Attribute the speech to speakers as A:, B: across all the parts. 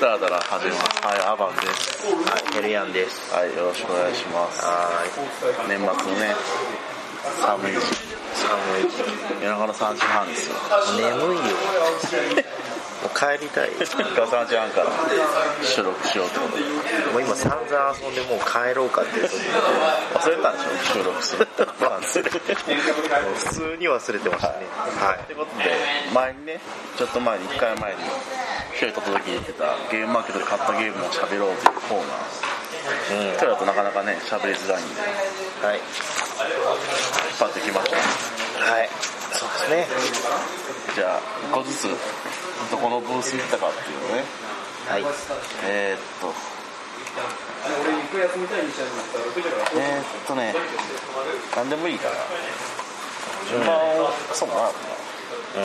A: ダラダラ始めますはいアバンです
B: はい、ヘルヤンです。
A: はいよろしくお願いします
B: は
A: 年末のね寒い時
B: ーい。寒
A: 期夜中の3時半ですよ
B: い。眠いよ。もう帰りたい。
A: 夜中の3時半から収録しようってことで
B: もう今散々遊んでもう帰ろうかっていう時
A: 忘れたんでしょ収録するってことなんですよ
B: 普通に忘れてましたね。は
A: ということで前にねちょっと前に1回前に一人とった時に言ってたゲームマーケットで買ったゲームを喋ろうというコーナー
B: い。うん
A: 一人だとなかなかね喋りづらいんで
B: はい。
A: 引っ張ってきました
B: はい。そうですね。
A: じゃあ1個ずつどこのブース行ったかっていうのをね
B: はい。
A: えー、っと
C: 俺行く休みたいにしちゃうんだったら6時から
A: えー、っとね何でもいいから順番をそうかな
B: うん。
A: そう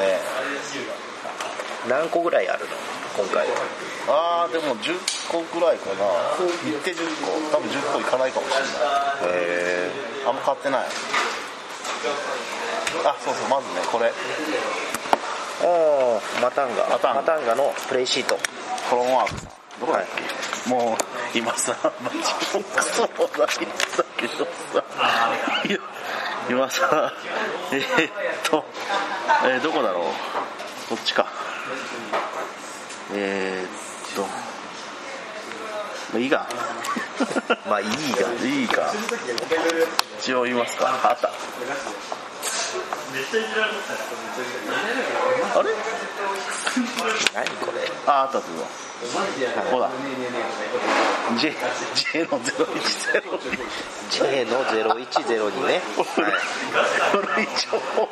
A: ね
B: 何個ぐらいあるの今回は。
A: あーでも10個くらいかな行って10個多分10個いかないかもしれないへえあんま買ってないあそうそうまずねこれ
B: ああ、マタンガ。
A: マタンガ
B: マタンガのプレイシート。
A: コロンワークさんどこだっけ、もう今さマジクソもないんだけどさいや今さえー、っと、えーどこだろうこっちかえー、っとまあいいか
B: まあいいが。
A: いいか一応言いますかあったあれ
B: 何これ。
A: ああったぞほら J, J の010
B: J の0102ね。
A: 古い情報
B: も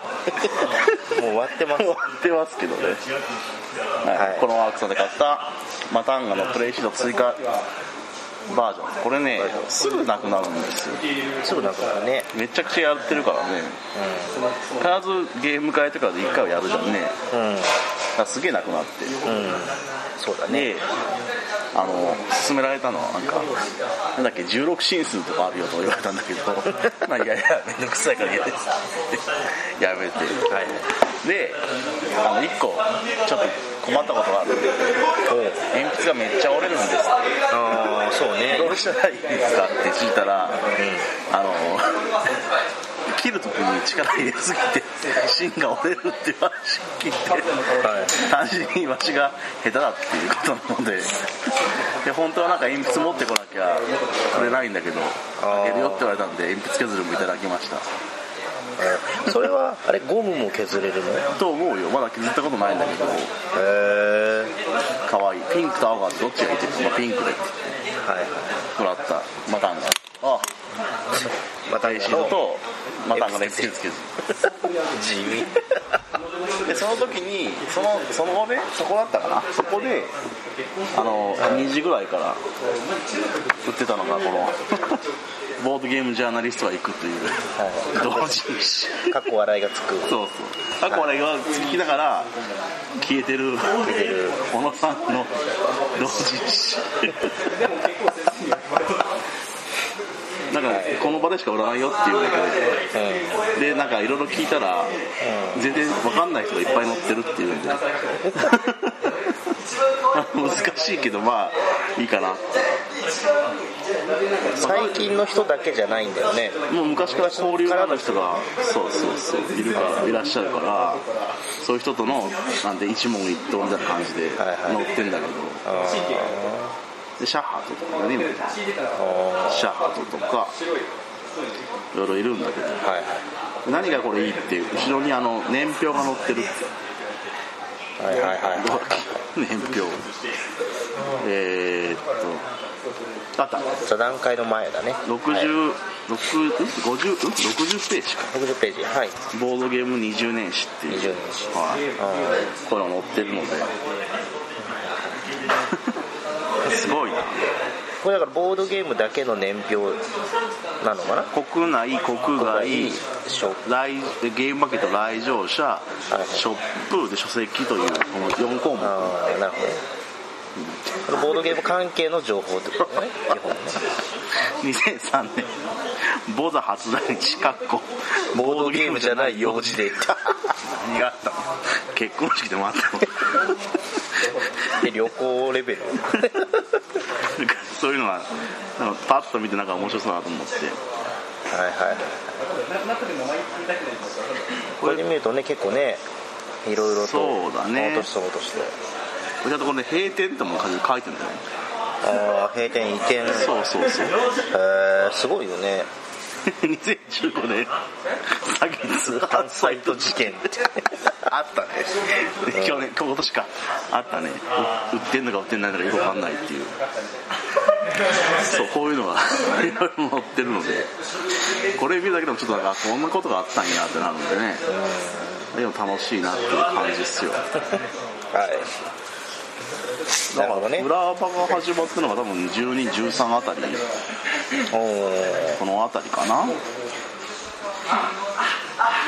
B: う終わってます
A: 終。わってますけどね、はい
B: はい
A: このワークさんで買ったマタンガのプレイシート追加バージョンこれねすぐなくなるんですよ
B: すぐなくなるね。
A: めちゃくちゃやってるからね必ずゲーム会とかで1回はやるじゃんね
B: うん。うん。
A: だからすげえなくなって
B: そうだね。
A: であの勧められたのはなんかなんだっけ16進数とかあるよと言われたんだけど まあいやいやめんどくさいから嫌ですってやめてであの1個ちょっと困ったことがある鉛筆がめっちゃ折れるんです
B: ああ、そうね。
A: どうしたらいいですかって聞いたら、あの切るときに力入れすぎて芯が折れるっていう話を聞いて、単純に言い回しが下手だっていうことなのでで本当はなんか鉛筆持ってこなきゃくれないんだけど
B: あー
A: あげるよって言われたんで鉛筆削るもいただきました
B: それは、あれ、ゴムも削れるのへ
A: と思うよまだ削ったことないんだけど
B: え。
A: 可愛いピンクと青があってどっちがいいって言って、まあ、ピンクでって
B: はいはい。
A: もらったマタンガあ
B: また
A: レシートとマタンガの鉛筆削る
B: 地味。
A: でその時にそのその後ねそこだったかなそこであの2時ぐらいから売ってたのがこの ボードゲームジャーナリストは行くという同人誌
B: かっこ笑いがつく。
A: そうそうあこれが聞きながら消えてる小野さんの同人誌なんかこの場でしか売らないよっていうので
B: うん。
A: でなんかいろいろ聞いたら全然わかんない人がいっぱい乗ってるっていうんで 難しいけどまあいいかな
B: 最近の人だけじゃないんだよね。
A: もう昔から交流がある人がそうそうそういるからいらっしゃるからそういう人とのなんで一問一答みたいな感じで
B: はいはい
A: 乗ってんだけど、
B: あ
A: でシャハトとかね
B: あ。は
A: シャハトとかいろいろいるんだけど
B: いはい。
A: 何がこれいいって後ろにあの年表が載ってる って
B: はいはいはい。
A: 年表えー、っとあった
B: 座談会の前だね。はい。
A: 60 60 50 60ページか
B: 60ページ。はい。
A: ボードゲーム20年史っていう
B: 20年史
A: はい
B: あ
A: これを載ってるので すごいな
B: ーこれだからボードゲームだけの年表なのかな
A: 国内国外
B: ショッ
A: 来ゲームマーケット来場者、ショップで書籍というこの4項目
B: ああなるほどねこれボードゲーム関係の情報ってこと だね基本ね
A: 2003年ボザ初来日かっこ
B: ボードゲームじゃない用事で
A: 何があったの結婚式でもあったの
B: で旅行レベル
A: なんかそういうのはなんかパッと見てなんか面白そうだなと思って
B: はいはいこれで見るとね結構ねいろいろと
A: そうだね
B: 落として落として
A: こちらのところで閉店っても書いてんだよね
B: ああ閉店移転
A: そうそうそう
B: えー、すごいよね
A: 2015年詐欺通販
B: 関
A: サ
B: サ
A: イ
B: イ
A: ト
B: ト事件ってあったね
A: 去年今年かあったねう売ってんのか売ってないのかよくわかんないっていうそうこういうのがいろいろ載ってるのでこれ見るだけでもちょっとなんかこんなことがあったんやってなるんでねでも楽しいなっていう感じっすよ
B: はいなるほどね
A: 裏幅が始まったのが多分1213あたり
B: う
A: この辺りかな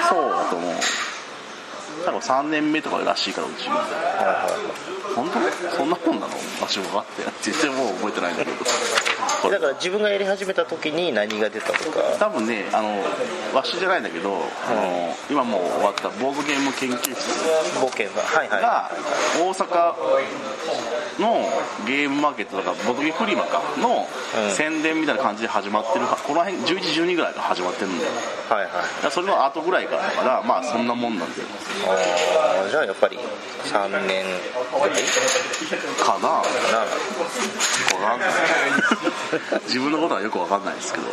A: そうだと思う多分3年目とからしいからうちも
B: んはいはい
A: 本当そんなもんなの場所があって全然もう覚えてないんだけどこ
B: だ
A: れ
B: から自分がやり始めた時に何が出たとか
A: 多分ねあのわしじゃないんだけど、あの今もう終わったボードゲーム研究室
B: ボケがはいはい
A: が大阪のゲームマーケットとかボードゲームフリマかの
B: うん
A: 宣伝みたいな感じで始まってるはこの辺11、12ぐらいから始まってるんだよ
B: はいはい
A: だからそれの後ぐらいからだからまあそんなもんなんだよ
B: あーじゃあやっぱり3年ぐらい
A: かな
B: かな
A: わかんない自分のことはよくわかんないですけど、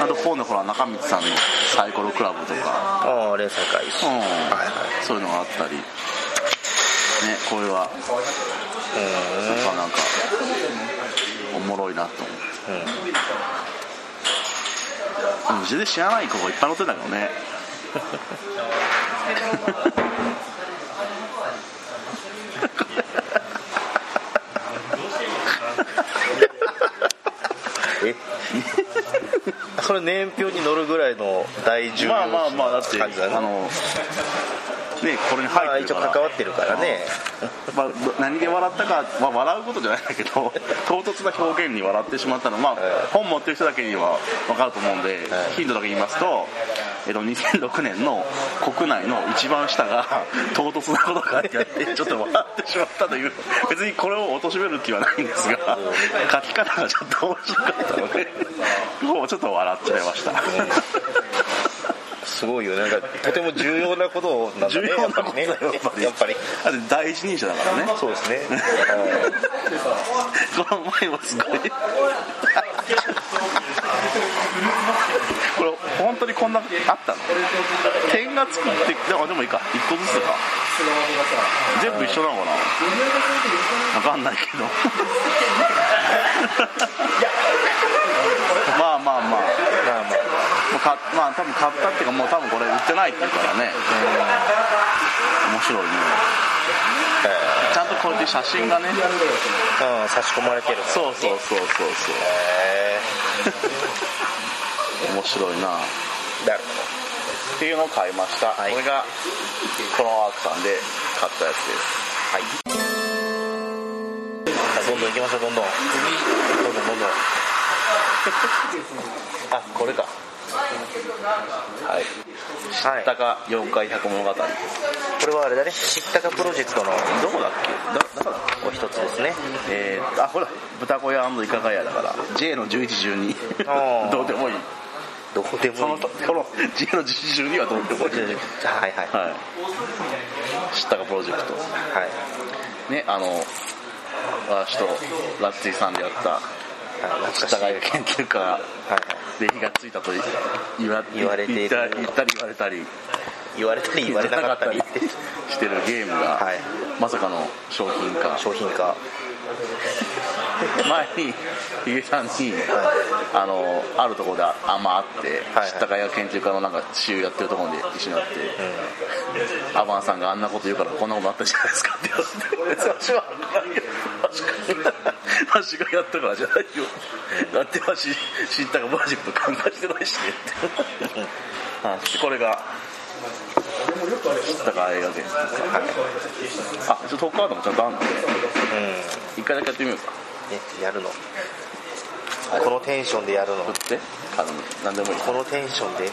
A: あと方のほら中道さんのサイコロクラブとか、
B: ああ連載開始
A: うん
B: はいはい
A: そういうのがあったりねこれは
B: うん
A: なんかなんかおもろいなと思って、うん、全然知らない子がいっぱい載ってたけどね
B: えそれ年表に乗るぐらいの大重要
A: まあまあまあだって、
B: 感じだね
A: あのねこれに
B: ま
A: 入
B: あ
A: って
B: 一
A: る
B: 応
A: から
B: 関わってるからね
A: まあ、ど何で笑ったか、まあ、笑うことじゃないんだけど 唐突な表現に笑ってしまったのは、まあ
B: え
A: 本持ってる人だけには分かると思うんで、ヒントだけ言いますと、えっと、2006年の国内の一番下 が唐突なことが書いてあってちょっと笑ってしまったという別にこれを貶める気はないんですが書き方がちょっと面白かったの でもうちょっと笑っちゃいました。
B: すごいよねなんかとても重要なことなんだ
A: 重
B: ね
A: 要なことだよや
B: やっ
A: っ
B: ぱ
A: ぱ
B: りね
A: り
B: やっぱり
A: だって第一人者だからね
B: そうで すねはい
A: この前もすごいこれ本当にこんなあったの点がつくってでもでもいいか一個ずつか全部一緒なのかな分かんないけど まあまあまあ
B: まあまあ
A: もうかまあ多分買ったっていうかもう多分これ売ってないっていうからね面白いねちゃんとこうやって写真がね
B: うんうん差し込まれてるから
A: そうそうそうそうそう
B: へ
A: 面白いなっ
B: ーなるほ
A: ていうのを買いました、
B: はい
A: これがこのワークさんで買ったやつです
B: どどんどん行きましょうどんどんどんどんどんどんあこれか
A: はい
B: はい
A: 「たか妖怪百物語」どこだっ
B: これはあれだね知ったかプロジェクトの
A: けだだから
B: お一つですね
A: えー、あほら豚小屋イカガヤだから J の
B: あ
A: 1112
B: ー
A: どうでもいい
B: どうで
A: そ
B: も
A: の
B: いい
A: とこの J の1112はどうでもいい
B: はいはいは
A: はい知ったかプロジェクト
B: い
A: ねあの私とラッツィさんでやった
B: はい
A: 知ったかや研究家
B: はいはい
A: で火がついたと言わ
B: 言われている
A: 言った言ったり言われたり
B: 言われたり言われなかったりって
A: してるゲームが、
B: はい
A: まさかの商品化
B: 商品化
A: 前にヒゲさんに、あのあるところでああんまあって、
B: はい
A: 知ったかや研究家のなんか私有やってるところで一緒になって、アバンさんがあんなこと言うからこんなことあったじゃないですかって言われて私はわしがやったからじゃないよだってわし知ったかプロジェクト考えしてないしねって話これが知ったか映画で、あちょっとトークカードもちゃんとあるんで
B: うん
A: 一回だけやってみようか
B: ねやるのこのテンションでやるの
A: 振ってあの何でもいい
B: このテンションで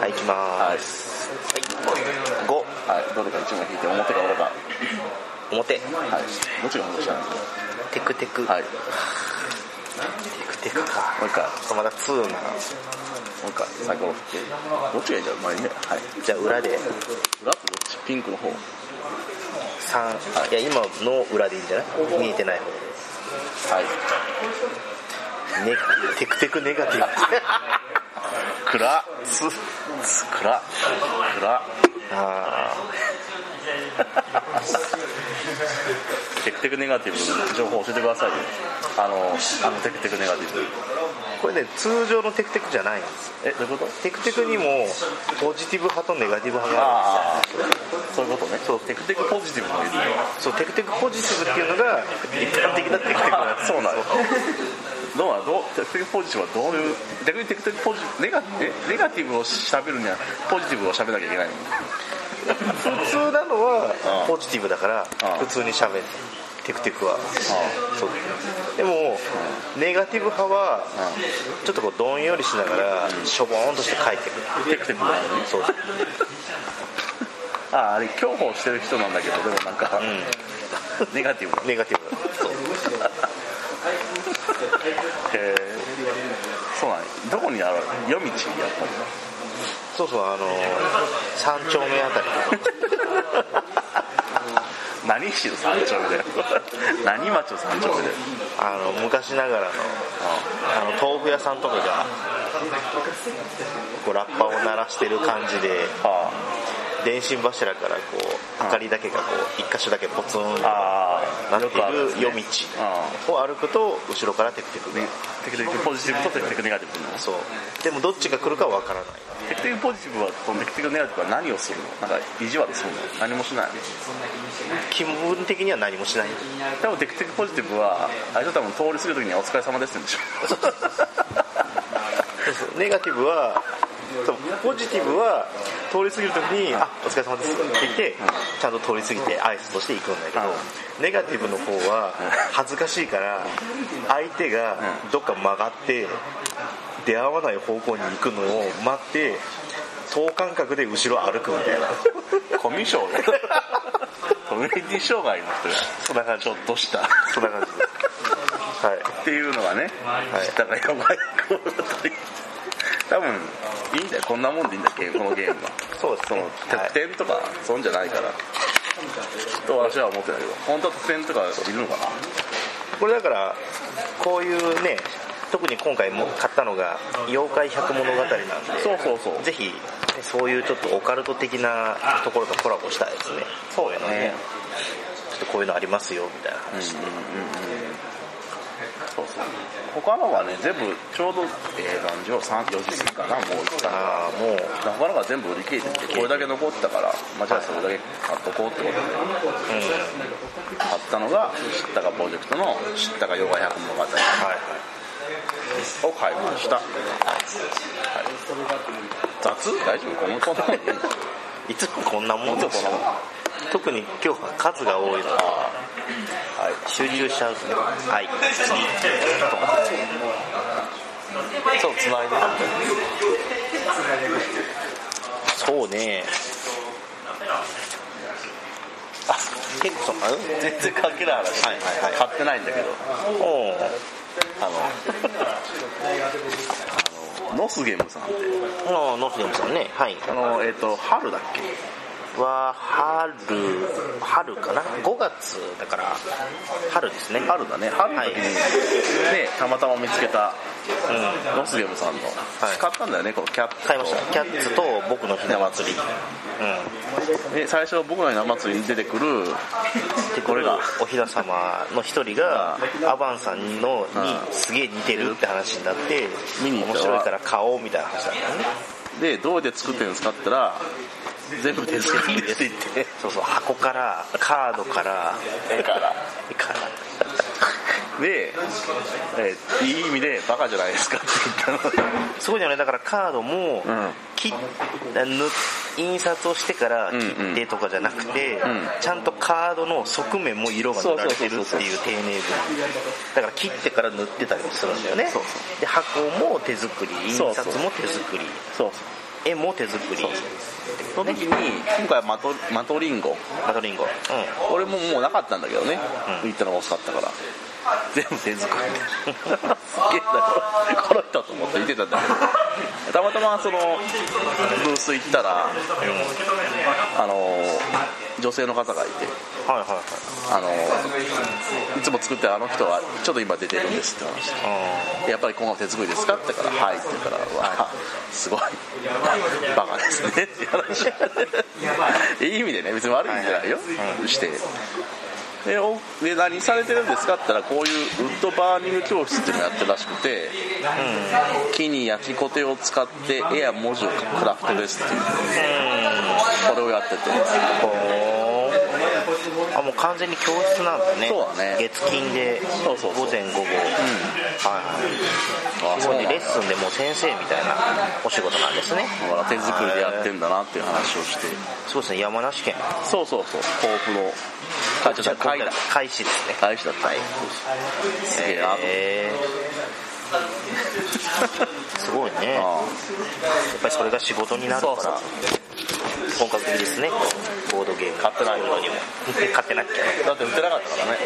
B: はい行きまーす、
A: い
B: はい、5
A: はい、どれか一枚引いて表か裏か
B: 表
A: はいどっちが表じゃない
B: テクテク、
A: はい
B: テクテクか
A: もう一回も
B: まだ2
A: う
B: な
A: 一回サイコロ振ってどっちがいいんじゃんまあいいねはい
B: じゃあ裏で
A: 裏とどっちピンクの方
B: 3、い、や今の裏でいいんじゃない見えてない方
A: はい
B: ね、テクテクネガティブ
A: 暗っつつ暗っ暗っ
B: あ
A: テクテクネガティブ情報教えてくださいよあのあのテクテクネガティブ
B: ー これね通常のテクテクじゃないんです
A: えどういうこと
B: テクテクにもポジティブ派とネガティブ派があ
A: ああそういうことねそうテクテクポジティブもいるよ
B: るそうテクテクポジティブっていうのが一般的なテクテクなんです
A: そうなんやどうなのどうテクテクポジティブはどういう逆にテクテクポジネガえネガティブを喋るにはポジティブを喋らなきゃいけないの
B: 普通なのは
A: あ
B: ポジティブだから
A: あ
B: 普通に喋るテクテクはそうでもネガティブ派はちょっとこうどんよりしながらしょぼーんとして帰ってくる
A: テクテクなのに
B: そう
A: あああれ競歩してる人なんだけどでもなんか、ネガティブ
B: ネガティブそう
A: へえそうなんやどこにある夜道やっぱり
B: そうそうあの三丁目あたり
A: 何市の三丁目だよ何町の三丁目だよ
B: あの昔ながらの
A: あ
B: あの豆腐屋さんとかがこうラッパを鳴らしてる感じで
A: あ
B: 電信柱からこう明かりだけがこう一箇所だけポツンとな
A: ああ
B: って
A: よ
B: い
A: くある
B: る夜
A: あ
B: 道を歩くと後ろからテクテクが
A: テクテクポジティブとテクテクネガティブ
B: そうでもどっちが来るかわからない
A: テクテクポジティブはとテクテクネガティブは何をするのなんか意地悪するの何もしない
B: 気分的には何もしない
A: でもテクテクポジティブはあれだ多分通り過ぎる時にはお疲れ様ですって言うんでし
B: ネガティブはそうポジティブは通り過ぎるときに「あお疲れ様です」って言ってちゃんと通り過ぎて挨拶として行くんだけど
A: う
B: ネガティブの方は恥ずかしいから相手がどっか曲がって出会わない方向に行くのを待って等間隔で後ろ歩くみたいな
A: ょコミュ障でコミュニティ障害の人が
B: そんな感じ
A: ちょっとしたっ
B: そんな感じですはい
A: ていうのがね、
B: い
A: 知ったらやばい多分いいんだよこんなもんでいいんだっけこのゲームは
B: そうです
A: その
B: ねはい
A: 得点とかそんじゃないからと私は思ってないけど本当は得点とかいるのかな
B: これだからこういうね特に今回も買ったのが「妖怪百物語」なんで
A: そうそうそう
B: ぜひねそういうちょっとオカルト的なところとコラボしたいですねそうや
A: ね
B: ちょっとこういうのありますよみたいな話で、
A: そうそう他のはね全部ちょうど、えー何時3 4時過ぎかなもう行ったら
B: ああもう
A: 他のが全部売り切れててこれだけ残ったから、まあ、じゃあそれだけ買っとこうってことで
B: うん
A: 買ったのが「知ったかプロジェクト」の「知ったかヨガ百物語」
B: はいはい
A: を買いました、はい、雑大丈夫このこんなもんでいい
B: いつもこんなもんです
A: いつもこ
B: よ
A: んなも
B: 特に今日は数が多いので
A: はい
B: 集中しちゃうとねはいそうつないでそうねあ結構そうかうん
A: 全然関係ない話、
B: はいはいはい
A: 買ってないんだけど
B: おー
A: あのあのノスゲムさんって
B: ああノスゲムさんねはい
A: あのえっ、と春だっけ
B: は春春かな5月だから春ですね
A: 春だね春の時に、
B: はい
A: ねたまたま見つけたノスゲムさんの、
B: はい
A: 使ったんだよねこのキャット
B: 買いましたキャッツと僕のひな祭りうん
A: で最初僕らの生祭りに出てくる
B: で
A: これが
B: おひな様の一人がアバンさんの
A: う
B: にすげえ似てるって話になって
A: 見に行っ
B: 面
A: たら
B: 白いから買おうみたいな話だったね
A: でどうやって作ってるんですかって言ったら全部手作りですって言って
B: そうそう箱からカードから
A: 絵から
B: 絵から
A: で、えーいい意味でバカじゃないですかって言ったの
B: すごいよねだからカードも、
A: うん
B: 切っぬ印刷をしてから
A: うんうん
B: 切ってとかじゃなくて、
A: ん
B: ちゃんとカードの側面も色が塗られてるって
A: そうそうそう
B: いう丁寧ぶりだから切ってから塗ってたりもするんだよね
A: そうそ
B: で箱も手作り印
A: そう
B: 刷
A: そう
B: も手作り
A: そう
B: 絵も手作り
A: その時に今回はマトマトリンゴ
B: マトリンゴ、う
A: 俺ももうなかったんだけどね、
B: うん
A: 行ったのが遅かったから全部手作りすげえなこの人と思って見てたんだけどたまたまそのブース行ったら
B: んうん、はい
A: あの女性の方がいて
B: はいはい
A: あのいつも作ってるあの人はちょっと今出てるんですって話して
B: あ
A: やっぱり今後手作りですかって言ったから「はい」って言うから「わあすごいバカですね」って話いい意味でね別に悪いんじゃないよ、してでおで何されてるんですかって言ったらこういうウッドバーニング教室っていうのやってるらしくて、木に焼きコテを使って絵や文字をクラフトですっていう、これをやってて
B: ーほーあもう完全に教室なんですね
A: そうだね
B: 月金で
A: そうそうそう
B: 午前午後、はいはい
A: あ
B: すごいね
A: なんだ
B: レッスンでもう先生みたいなお仕事なんですね
A: だから手作りでやってんだなっていう話をして
B: そうですね山梨県
A: そうそうそう甲府の会長さん会だ
B: 開始ですね
A: 会社だったすげえなと思って、
B: へーすごいねやっ
A: あ
B: ぱりそれが仕事になるか
A: そう
B: ら本格的ですねボードゲーム
A: 買ってない
B: ボードにも 買ってなきゃ
A: あだって売ってなかったからね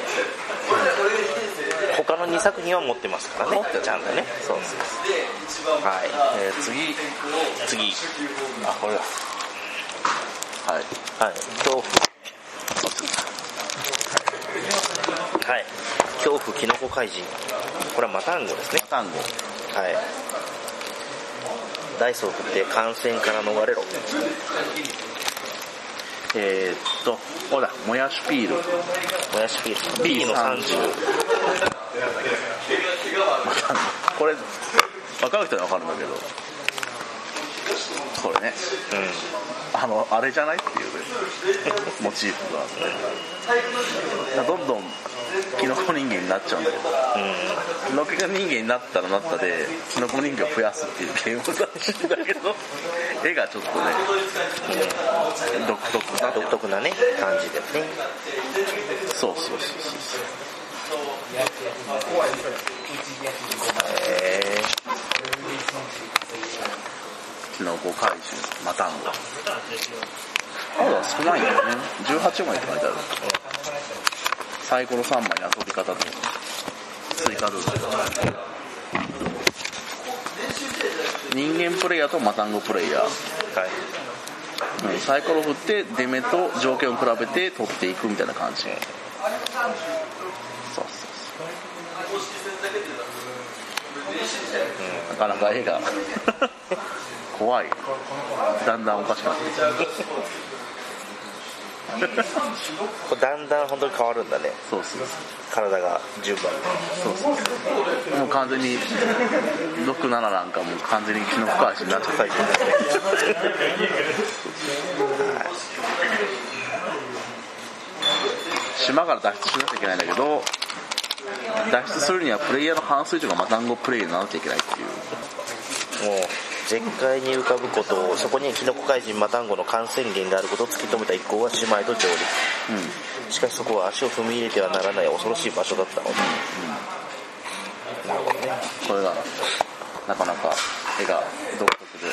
B: 他の2作品は持ってますからね
A: 持ってる
B: ちゃんとねそうそうそうはい
A: えー次
B: 次
A: あこれだはい
B: はい恐怖はい恐怖キノコ怪人これはマタンゴですね
A: マタンゴ
B: はいダイスを振って感染から逃れろ
A: えー、っとほらもやしピール
B: もやしピール
A: B
B: B の30
A: 30これ分かる人は分かるんだけどこれね
B: う
A: あのあれじゃないって いうねモチーフがあってどんどんキノコ人間になっちゃうんだけど
B: ん、うん、
A: キノコ人間になったらなったでキノコ人間を増やすっていうゲームらしいんだけど絵がちょっとね独特な
B: 独特なね感じでね
A: そうそうそうそう
B: へえ
A: キノコ怪獣マタンゴまだ少ないんだよね18枚って書いてあるサイコロ3枚の遊び方と追加ルール人間プレイヤーとマタンゴプレイヤー
B: はい
A: うんサイコロ振って出目と条件を比べて取っていくみたいな感じそうそうそうなかなか絵が怖いだんだんおかしくなってきた
B: これだんだん本当に変わるんだね
A: そうそう
B: 体が順番
A: そうそうそうもう完全に67なんかもう完全にキノコ返しになっちゃったりして島から脱出しなきゃいけないんだけど脱出するにはプレイヤーの半数以上がマタンゴプレイヤーにならなきゃいけないっていう
B: もう絶海に浮かぶことをそこにキノコ怪人マタンゴの感染源があることを突き止めた一行は島へと上陸、しかしそこは足を踏み入れてはならない恐ろしい場所だったの、なるほどね
A: これがなかなか絵が独特で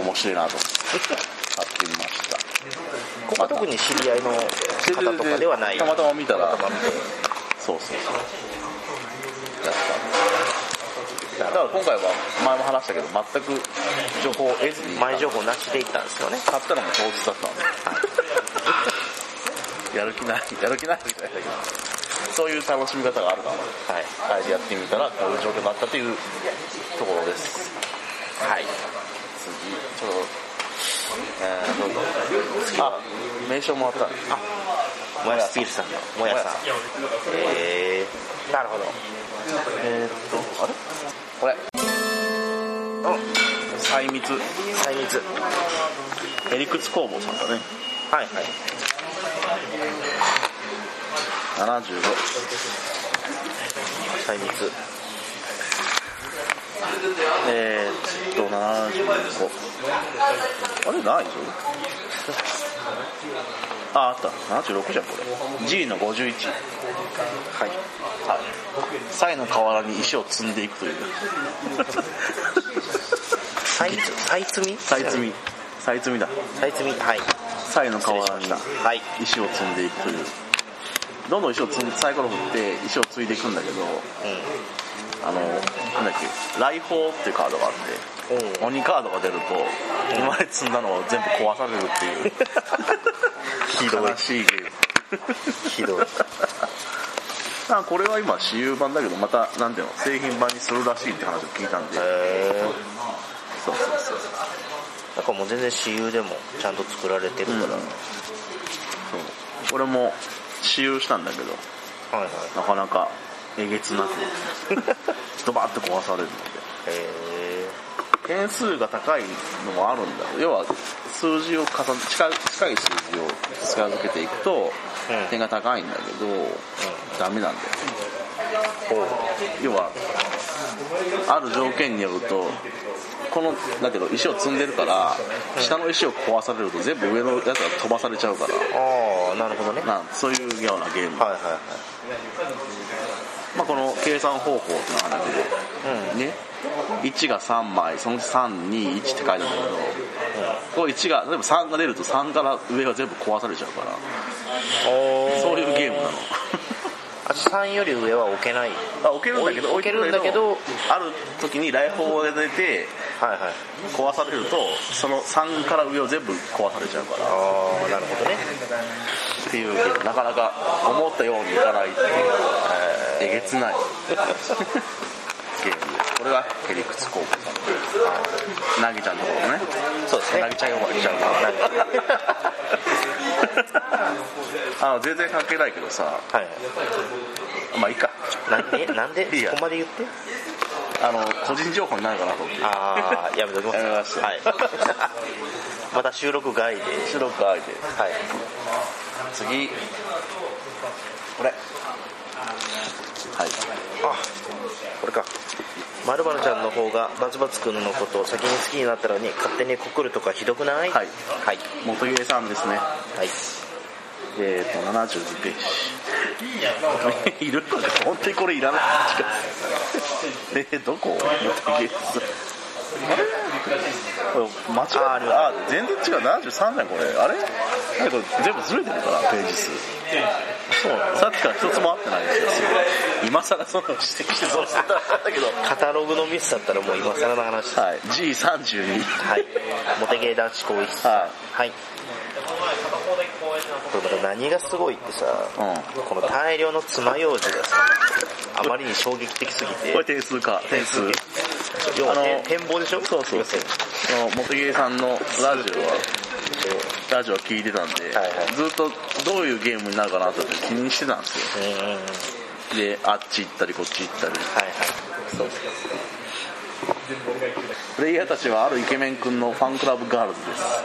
A: 面白いなと買ってみました
B: ここは特に知り合いの方とかではない
A: たまたま見たら
B: たまたま見て
A: そうそうそうやっただから今回は前も話したけど全く情報を得ずに
B: 前情報なしで行ったんですよね
A: 買ったのも当日だったんでやる気ない やる気ないみたいだけどそういう楽しみ方があるから
B: はい
A: 変えてやってみたらこういう状況になったというところですはい次ちょっとえー、どうぞあ名称もらったあ
B: もやスピールさんのもやさんえー、なるほど
A: えー、っとあれこれ細密
B: 細密
A: ヘリクツ工房さんだね
B: はいはい
A: 75
B: 細密
A: えー、っと75あれないぞああった76じゃんこれ G の51
B: はい
A: はいサイの河原に石を積んでいくという
B: さい さいつみ
A: さいつみさいつみだ
B: さいつみはい
A: さいの
B: 失
A: 川
B: 礼
A: に
B: しましたはい
A: 石を積んでいくというどんどん石を積んサイコロ振って石を積いでいくんだけどあのなんだっけ来宝っていうカードがあっ
B: うん、うん、
A: て鬼カードが出ると生まれ積んだのを全部壊される っていう
B: ひどい
A: 悲しいゲーム
B: ひ どい
A: まあこれは今私有版だけどまたなんていうの製品版にするらしいって話を聞いたんで
B: へえ
A: そうそうそう
B: なんかもう全然私有でもちゃんと作られてるから、
A: うん
B: はい
A: そうこれも私有したんだけど
B: はい
A: なかなかえげつなく ドバッと壊されるので
B: へえ
A: 点数が高いのもあるんだ要は数字を重ね近い近い数字を近づけていくと
B: うん
A: 点が高いんだけど、ダメなんだよ
B: ほう
A: 要はある条件によるとこのだけど石を積んでるから下の石を壊されると全部上のやつが飛ばされちゃうから
B: ああなるほどね
A: なんそういうようなゲーム、
B: はいはい
A: まあ、この計算方法っていうのが話
B: はい
A: でね1が3枚その321って書いてあるんだけどこう1が例えば3が出ると3から上は全部壊されちゃうから
B: うんお
A: そういうゲームなの
B: あ3より上は置けないはい
A: あ置けるんだけど
B: 置い置けるんだけど
A: 置いてるある時に来訪が出て
B: はい
A: 壊されるとその3から上を全部壊されちゃうから
B: ああなるほどね
A: っていうけどなかなか思ったようにいかないっていうえげつないゲームですこれがヘリクツ高校さんなぎちゃんのところね
B: そうですね
A: なぎちゃん呼ばれちゃうから あの全然関係ないけどさ
B: はい
A: まあいいか
B: な んでなんで
A: いいや
B: そこまで言って
A: あの個人情報になるかなと思って
B: ああやめときます
A: やめました
B: はい また収録外で
A: 収録相手
B: はい
A: 次これはい
B: あこれかまるまるちゃんの方がバツバツくんのことを先に好きになったのに勝手に告るとかひどくない
A: はい
B: はい
A: 元家さんですね
B: はい
A: えー、と72ページいるのか本当にこれいらないえー、どこあれこれ間違え
B: あ
A: あ
B: あり
A: あ全然違う73じゃんこれあれだけど全部ずれてるからページ数そうなのさっきから一つも合ってないですよ今更その指摘してそうしてたんだけど
B: カタログのミスだったらもう今更の話です
A: はい G32
B: はいモテゲー男子更衣室
A: は
B: はいこれまた何がすごいってさ、
A: う
B: この大量の爪楊枝がさあまりに衝撃的すぎ
A: い
B: て
A: これ点数か点数
B: 要は
A: あの
B: 変貌でしょ
A: そうそう
B: 要するに
A: その元家さんのラジオはラジオ聞いてたんで、
B: はいはい
A: ずっとどういうゲームになるかなと思って気にしてたんですよ
B: うんうんうんはいはい
A: であっち行ったりこっち行ったり
B: そう
A: プレイヤーたちはあるイケメン君のファンクラブガールズです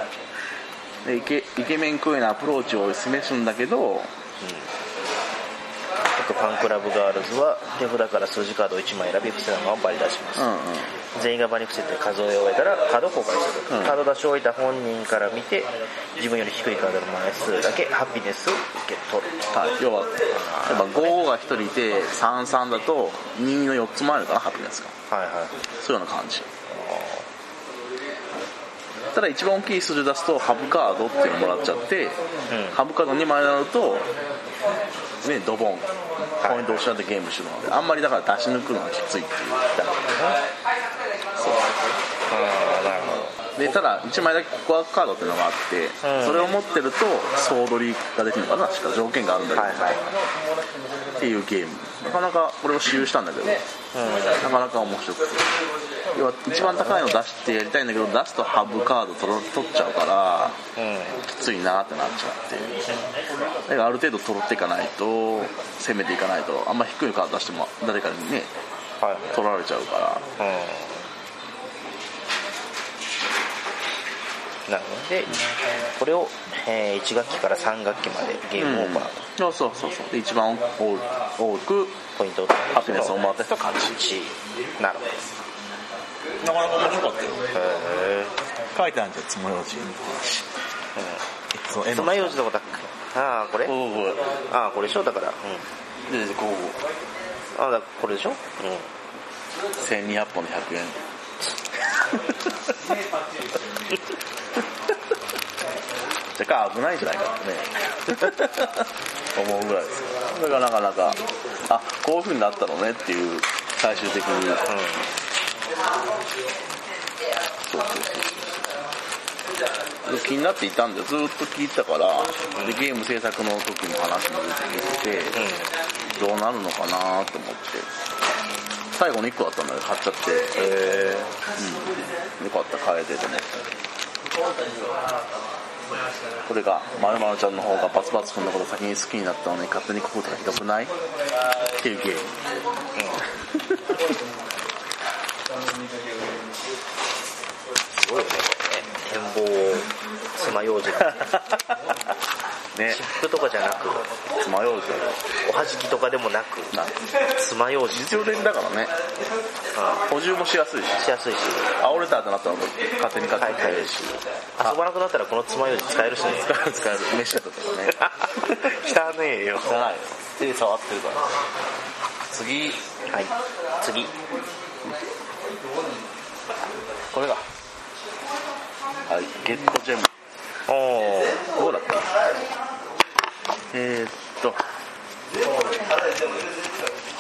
A: でイケイケメン君へのアプローチを示すんだけど
B: あとファンクラブガールズは手札から数字カードを1枚選び伏せ玉をバリ出します、
A: うんうん
B: 全員がバリ伏せて数え終えたらカードを交換する、
A: うん
B: カード出し終えた本人から見て自分より低いカードの枚数だけハピネスを受け取る
A: はい、要はやっぱ55が1人いて33だと2の4つもあるからハッピーですか
B: はいはい
A: そういうような感じただ一番大きい数字出すとハブカードっていうのもらっちゃって、
B: ん
A: ハブカード2枚になるとねドボンポイントを失ってゲームしてるのであんまりだから出し抜くのがきついって
B: ああなるほど
A: いうでただ1枚だけココアカードっていうのがあって、
B: うん
A: それを持ってると総取りができるのかな確か条件があるんだけど、
B: はいはい
A: っていうゲームなかなかこれを私有したんだけど、なかなか面白くて要は一番高いの出してやりたいんだけど出すとハブカード取ら取っちゃうからきついなってなっちゃってだからある程度取っていかないと攻めていかないとあんま低いカード出しても誰かにね
B: はい
A: 取られちゃうから
B: なのでこれを、え1学期から3学期までゲームオーバー、
A: そうそうそうそうで一番多多く
B: ポイントを
A: ハピネスをもらった人勝ち
B: ちなるほど
A: なかなか面白かったよ
B: へ
A: 書いてあるんじゃんつまようじその
B: え
A: 絵の
B: 爪楊枝のことだっけああこれ
A: こうこうこ
B: ああこれでしょだから、うん、
A: うでこうこう
B: ああだからこれでしょ、うん、
A: 1200本で100円若干危ないんじゃないかとね思うぐらいですそれがなかなかあこういうふうになったのねっていう最終的に、そうそうそうそう気になっていたんでずっと聞いてたから、でゲーム制作の時の話も出てきて、どうなるのかなと思って最後の1個だったので買っちゃって、うん、よかった買えてと思ってこれがまるまるちゃんの方がバツバツ君のこと先に好きになったのに勝手に心がひどくないっていうゲーム、
B: すごいよねこれね展望を爪楊枝の
A: ね
B: チップとかじゃなく
A: つまようじだよ
B: おはじきとかでもなく
A: な
B: 爪楊枝
A: 実用的だからね補充もしやすいし
B: しやすいし
A: あ折れたってなったら勝手に買ってきてくれるし、
B: 遊ばなくなったらこの爪楊枝使えるしね
A: 使える使える飯だったとかね
B: 汚ねえよ
A: 汚い手触ってるから次
B: はい次
A: これだはいゲットジェム
B: お
A: ど
B: お
A: うだったえー、っと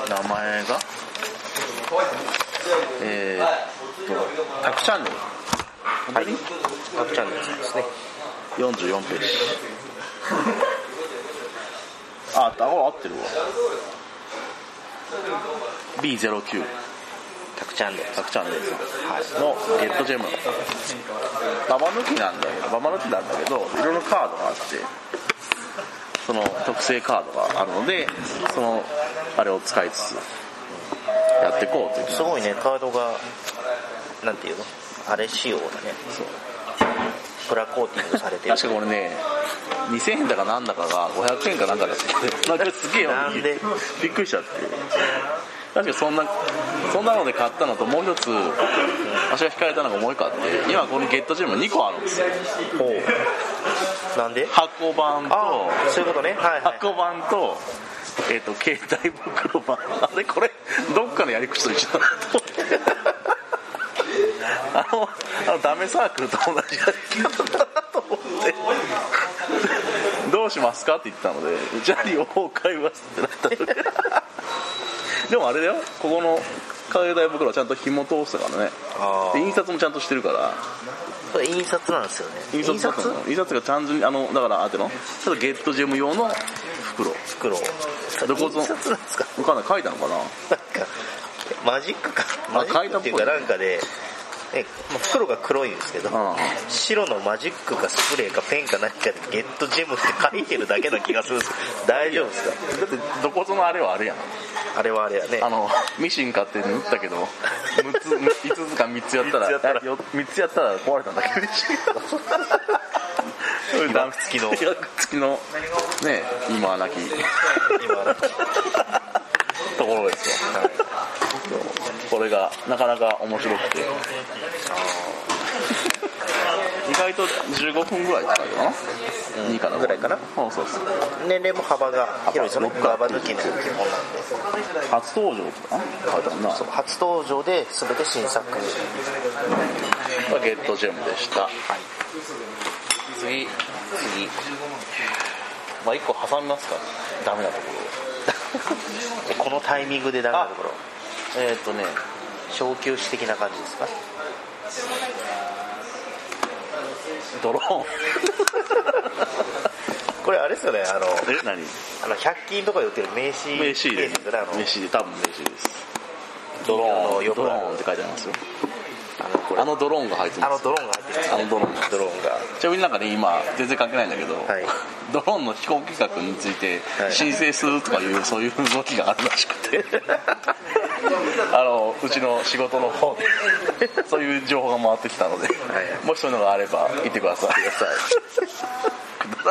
A: 名前がえー、っとタクチャンネル
B: はいタクチャンネルさんですね
A: 44ページああ合ってるわ B09
B: タクチャンネル
A: タクチャンネルさんのゲットジェムババ抜きなんだけどババ抜きなんだけどいろいろカードがあってその特製カードがあるのでそのあれを使いつつやっていこうという
B: すごいねカードがなんていうのあれ仕様だね
A: そう
B: プラコーティングされてる
A: 確かこれね2000円だかなんだかが500円かなんかだった なんかすげえよ
B: なんで
A: びっくりしちゃって確かそんなそんなので買ったのともう一つ私が引かれたのがもう一個あって今このゲットジェム2個あるんですよ
B: ほうなんで
A: 発行版
B: あ
A: と
B: あそういうことねはいはい
A: 箱版と、えっ、と、携帯袋版。あれこれ、どっかのやり口と一緒だなと思って。あの、あの、ダメサークルと同じやり方だなと思って。どうしますかって言ったので、じゃあ両方買いますってなったでもあれだよ、ここの携帯袋はちゃんと紐通したからね。
B: あ
A: で印刷もちゃんとしてるから。
B: これ印刷なんですよね
A: 印刷だったの印刷が単純に、あの、だから、あっての、ちょっとゲットジェム用の袋。
B: 袋
A: どこぞ
B: 印刷なんですか
A: わかんない書いたのかな
B: なんかマジックかマジ
A: 書い
B: ッ
A: た
B: ク
A: っ
B: っ
A: ぽ
B: て
A: い
B: いうかなんかで、ねまあ袋が黒いんですけど
A: うん
B: 白のマジックかスプレーかペンか何かでゲットジェムって書いてるだけな気がするんですけど大丈夫ですか
A: だってどこぞのあれはあれやん
B: あれはあれやね
A: あのミシン買って縫ったけど6つ5つか3つやったら
B: 三つやったら
A: あよ三つやったら壊れたんだけど
B: いわくつきの
A: いわくつきのね今はなき
B: 今はなき
A: ところですよ、そうこれがなかなか面白くて意外と15分ぐらい使うよな、いいかな
B: ぐらいかな
A: そうそうそう
B: 年齢も幅が広いですよね
A: 幅
B: 幅抜きの基本なんで
A: 初登場とかな書いたもんな
B: そう初登場で全て新作
A: ゲットジェムでした、次次まあ1個挟みますかダメなとこ
B: このタイミングでダメなところ
A: ろえーっ、とね
B: 小休止的な感じですか
A: ドローン
B: これあれですよねあの
A: え何
B: あの100均とかで売ってる名刺
A: 名刺
B: ケ
A: で
B: ースですよねあの
A: 名刺で多分名刺ですド
B: ド
A: ロ
B: ローン
A: ーンド
B: ド
A: ロ
B: ロ
A: ー
B: ー
A: ンっ
B: ンってて
A: 書いてありますよ
B: あのこれ
A: あのドローンが入って
B: あ
A: ま
B: の
A: す
B: ドローンが入ってるんです
A: あのドローン
B: ドローンが
A: ちなみになんかね今全然関係ないんだけど、
B: はい
A: ドローンの飛行計画について
B: はい
A: 申請するとかいう、そういう動きがあるらしくて あのうちの仕事の方で そういう情報が回ってきたので、
B: い
A: もしそういうのがあれば言ってください
B: くださいじゃ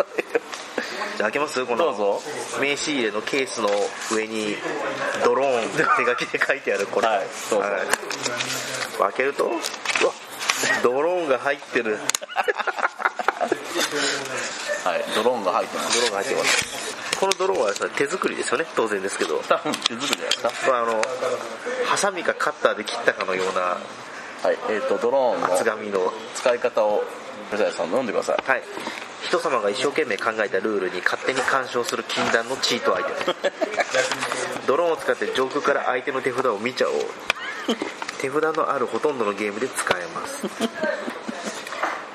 B: あ開けますこの
A: どうぞ
B: 名刺入れのケースの上にドローンって手書きで書いてあるこれ
A: はいどうぞ
B: い開けるとうわドローンが入ってる
A: はいドローンが入ってます
B: ドローンが入ってますこのドローンはさ手作りですよね当然ですけど
A: 多分手作りじゃないですか
B: まああのハサミかカッターで切ったかのような
A: はいえっ、とドローン
B: 厚
A: の
B: 紙の
A: 使い方を古谷さん読んでください
B: はい人様が一生懸命考えたルールに勝手に干渉する禁断のチートアイテムドローンを使って上空から相手の手札を見ちゃおう手札のあるほとんどのゲームで使えます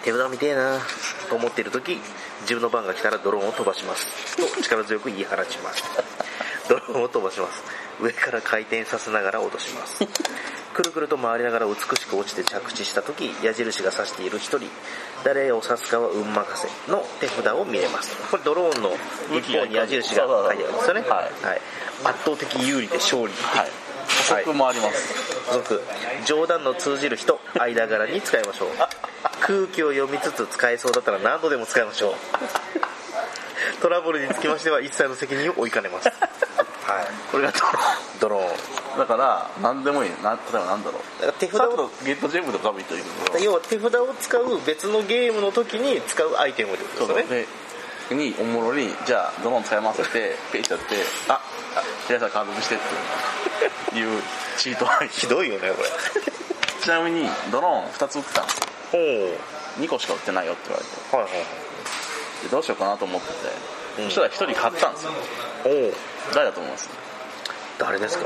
B: 手札見てえなと思っている時自分の番が来たらドローンを飛ばしますと力強く言い放ち ますドローンを飛ばします上から回転させながら落としますくるくると回りながら美しく落ちて着地した時矢印が指している一人誰を指すかは運任せの手札を見れますこれドローンの一方に矢印が書いてあるんですよね、
A: はい
B: はい、圧倒的有利で勝利
A: はい補足もあります、
B: 補足冗談の通じる人間柄に使いましょう空気を読みつつ使えそうだったら何度でも使いましょうトラブルにつきましては一切の責任を負いかねますはい
A: これがドロー
B: ドローン
A: ンだから何でもいいな例えば何だろう
B: だから手札
A: さっき
B: を
A: のゲットジェムとかも言ったけど
B: 要は手札を使う別のゲームの時に使うアイテムってこと
A: そう
B: ですよね
A: でにおもろにじゃあドローン使い回せてペイしちゃってあ平井さん監督してっていうチートアイ テ
B: ひどいよねこ
A: ムちなみにドローン2つ売ってたんですよ
B: れほ
A: 2個しか売ってないよって言われて
B: うはいはい
A: でどうしようかなと思ってて、
B: うん
A: そしたら1人買ったんですよ
B: はいおう
A: 誰だと思います
B: 誰ですか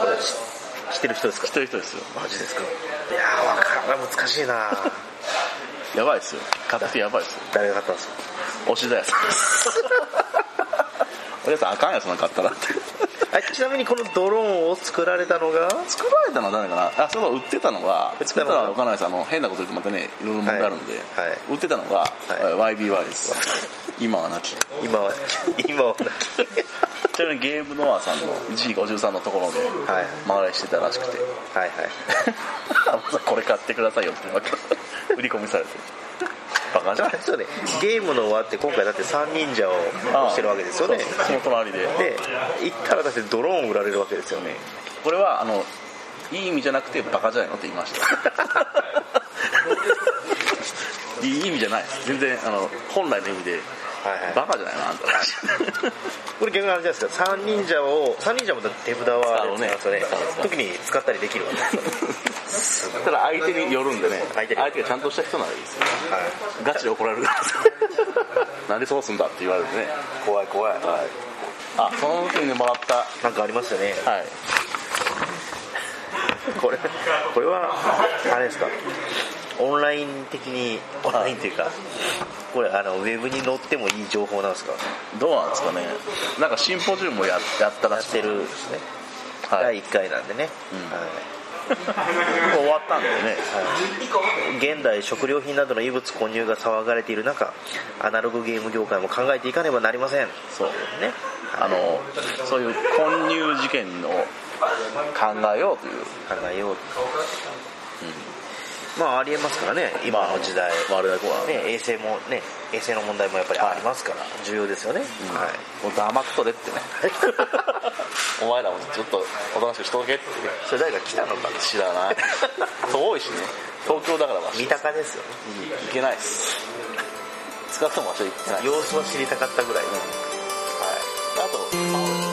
B: これ知知ってる人ですか
A: 一人一人ですよ
B: マジですかいやーわからん難しいな
A: やばいですよ買ってやばい ですよ
B: 誰が買ったんですか
A: 押しだやさんですおやさんあかんやそんなん買ったらって
B: あちなみにこのドローンを作られたのが
A: 作られたのは誰かなあそうだ売ってたのが
B: 売って
A: 作
B: た
A: った
B: のが
A: のは岡野さんあの変なこと言ってまたねいろいろ問題あるんで、
B: はいはい
A: 売ってたのが、えー YBY です今はなき
B: 今は今は
A: ちなみにゲームノアさんの G53 のところで
B: はい
A: 回りしてたらしくて
B: はいはい
A: これ買ってくださいよってわけ 売り込みされてバカじゃない
B: そうねゲームの輪って今回だって三忍者を推してるわけですよね
A: そうそうその隣で
B: で行ったらだってドローン売られるわけですよね
A: これはあのいい意味じゃなくてバカじゃないのって言いました いい意味じゃないです全然あの本来の意味で
B: はいはい
A: バカじゃないのあんたら
B: これ逆にあれじゃないですか三忍者を三忍者もだって手札はあれですよね
A: 使うね
B: 時に使ったりできるわけですよね
A: ただ相手によるんでね
B: 相手に
A: 相手がちゃんとした人ならいいですよ
B: はい
A: ガチで怒られるからなんでそうすんだって言われるね
B: 怖い怖い
A: あその時にもらった
B: なんかありましたね
A: はい
B: これこれはあれですかオンライン的にオンラインっていうかこれあのウェブに載ってもいい情報なんですか
A: どうなんですかねなんかシンポジウムをややった
B: や
A: ら
B: っ
A: しい
B: てるんですね、
A: はい
B: 第1回なんでね、
A: 終わったんだよね
B: はい現代食料品などの異物混入が騒がれている中アナログゲーム業界も考えていかねばなりませんね
A: そうあのそういう混入事件を考えようという
B: 考えよう、まあありえますからね今の時代、
A: 我々こうは
B: ね、衛生もね衛生の問題もやっぱりありますから重要ですよね、はい
A: もう黙っとれってね お前らもちょっとおとなしくしとけって
B: それ誰か来たのかな
A: 知ら ない遠いしね東京だからわし
B: 見たかですよね
A: 行けないっす少なくともわしは行ってない
B: 様子は知りたかったぐらいの
A: あと